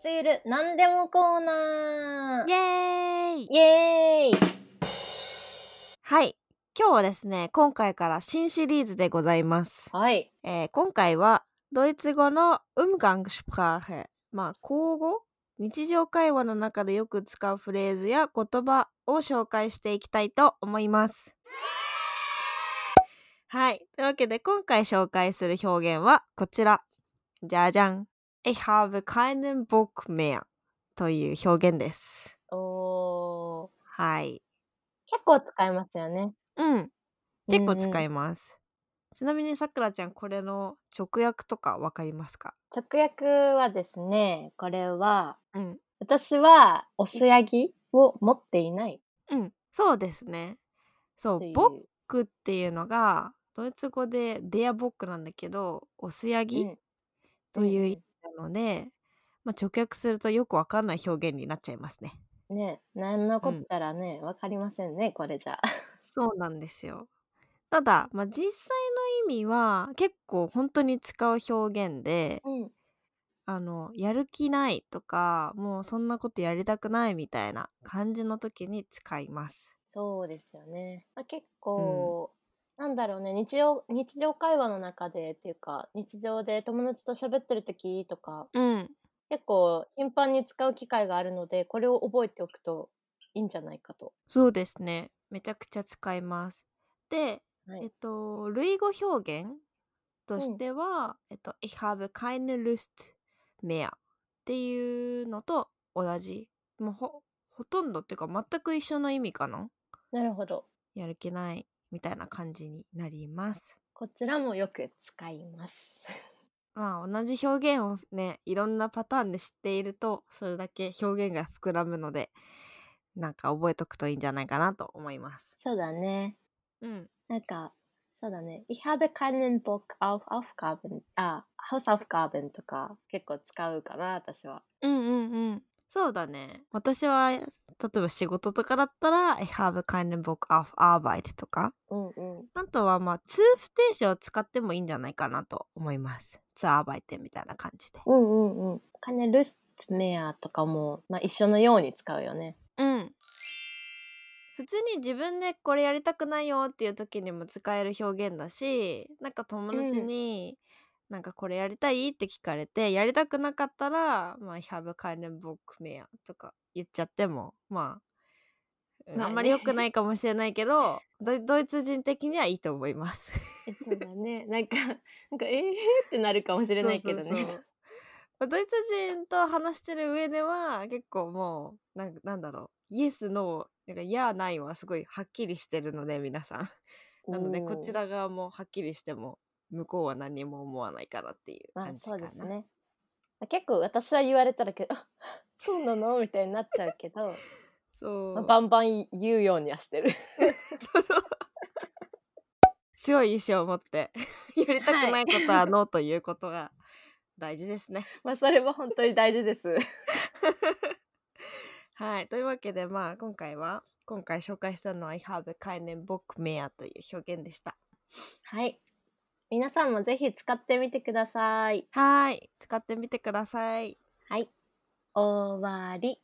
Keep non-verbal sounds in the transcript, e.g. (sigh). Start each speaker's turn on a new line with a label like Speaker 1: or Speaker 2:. Speaker 1: ツゆる何でもコーナー
Speaker 2: イエーイ
Speaker 1: イエーイ
Speaker 2: はい。今日はですね、今回から新シリーズでございます。
Speaker 1: はい。
Speaker 2: えー今回は、ドイツ語の Umgangssprache。まあ、口語日常会話の中でよく使うフレーズや言葉を紹介していきたいと思います。はい。というわけで、今回紹介する表現はこちら。じゃじゃん。Ich habe keinen Bock mehr という表現です。
Speaker 1: おー。
Speaker 2: はい。
Speaker 1: 結構使いますよね。
Speaker 2: うん。結構
Speaker 1: うんうん
Speaker 2: 使います、ちなみにさくらちゃんこれの直訳とかわかりますか
Speaker 1: 直訳はですね、これは、
Speaker 2: うん
Speaker 1: 私はお素焼きを持っていない
Speaker 2: うんそうですねそ
Speaker 1: というう。
Speaker 2: 「ボック」っていうのがドイツ語で「デアボック」なんだけど「オスヤギ
Speaker 1: うん、」
Speaker 2: という
Speaker 1: うん
Speaker 2: 意味なので、まあ、直訳するとよくわかんない表現になっちゃいますね
Speaker 1: ね何のこったらね、わ、かりませんね、これじゃ。
Speaker 2: そうなんですよただ、まあ、実際の意味は結構本当に使う表現で
Speaker 1: うん。
Speaker 2: あのやる気ないとかもうそんなことやりたくないみたいな感じの時に使います。
Speaker 1: そうですよね。まあ、結構、なんだろうね、日常、日常会話の中でっていうか、日常で友達と喋ってる時とか、
Speaker 2: うん、
Speaker 1: 結構頻繁に使う機会があるので、これを覚えておくといいんじゃないかと。
Speaker 2: そうですね。めちゃくちゃ使います。で、
Speaker 1: はい
Speaker 2: えっと類語表現としては、えっと I have keine Lust mehr っていうのと同じ。もうほほとんどっていうか全く一緒の意味かな。
Speaker 1: なるほど。
Speaker 2: やる気ないみたいな感じになります。
Speaker 1: こちらもよく使います。
Speaker 2: まあ同じ表現をねいろんなパターンで知っているとそれだけ表現が膨らむのでなんか覚えとくといいんじゃないかなと思います。
Speaker 1: (laughs) そうだね。
Speaker 2: うん、
Speaker 1: なんか、そうだね。Ich habe keinen Bock auf Aufgaben, あ、Hausaufgaben とか結構使うかな、私は。
Speaker 2: うんうんうんそうだね私は例えば仕事とかだったら「I have kind of book of arbeit」とか
Speaker 1: うんうん。
Speaker 2: あとはまあ通不定詞を使ってもいいんじゃないかなと思います。ツアーバイテみたいな感じで。
Speaker 1: うんうんうん。keine Lust mehr とかも、まあ一緒のように使うよね。
Speaker 2: うん。普通に自分でこれやりたくないよっていう時にも使える表現だしなんか友達
Speaker 1: うん
Speaker 2: に、なんかこれやりたいって聞かれてやりたくなかったら「まあ、I have kind of book m とか言っちゃってもまあ、
Speaker 1: ま
Speaker 2: うん
Speaker 1: あね
Speaker 2: あんまり良くないかもしれないけどドドイツ人的にはいいと思います。
Speaker 1: え (laughs) そうだね。なんか、なんか、えーってなるかもしれないけど
Speaker 2: そうそう
Speaker 1: ね (laughs)
Speaker 2: そ。うまあドイツ人と話してる上では結構もうなんなんだろうイエスノーなんか「や」「ない」はすごいはっきりしてるので皆さん (laughs) なのでこち
Speaker 1: うん。
Speaker 2: ら側もはっきりしても向こうは何も思わないからっていう
Speaker 1: まあ
Speaker 2: 感じか
Speaker 1: そ
Speaker 2: な、
Speaker 1: うですね。結構私は言われたらけど、あそうなのみたいになっちゃうけど、
Speaker 2: そう、
Speaker 1: まあ、バンバン言うようにはしてる。 (laughs)
Speaker 2: 強い意志を持って (laughs) やりた
Speaker 1: (laughs)
Speaker 2: くないことはノーということが大事ですね。
Speaker 1: まあそれは本当に大事です。
Speaker 2: はい。というわけで、まあ、今回は、今回紹介したのは、I have keinen Bock mehr という表現でした。
Speaker 1: はい。皆さんもぜひ使ってみてください。
Speaker 2: はーい。使ってみてください。
Speaker 1: はい。終わり。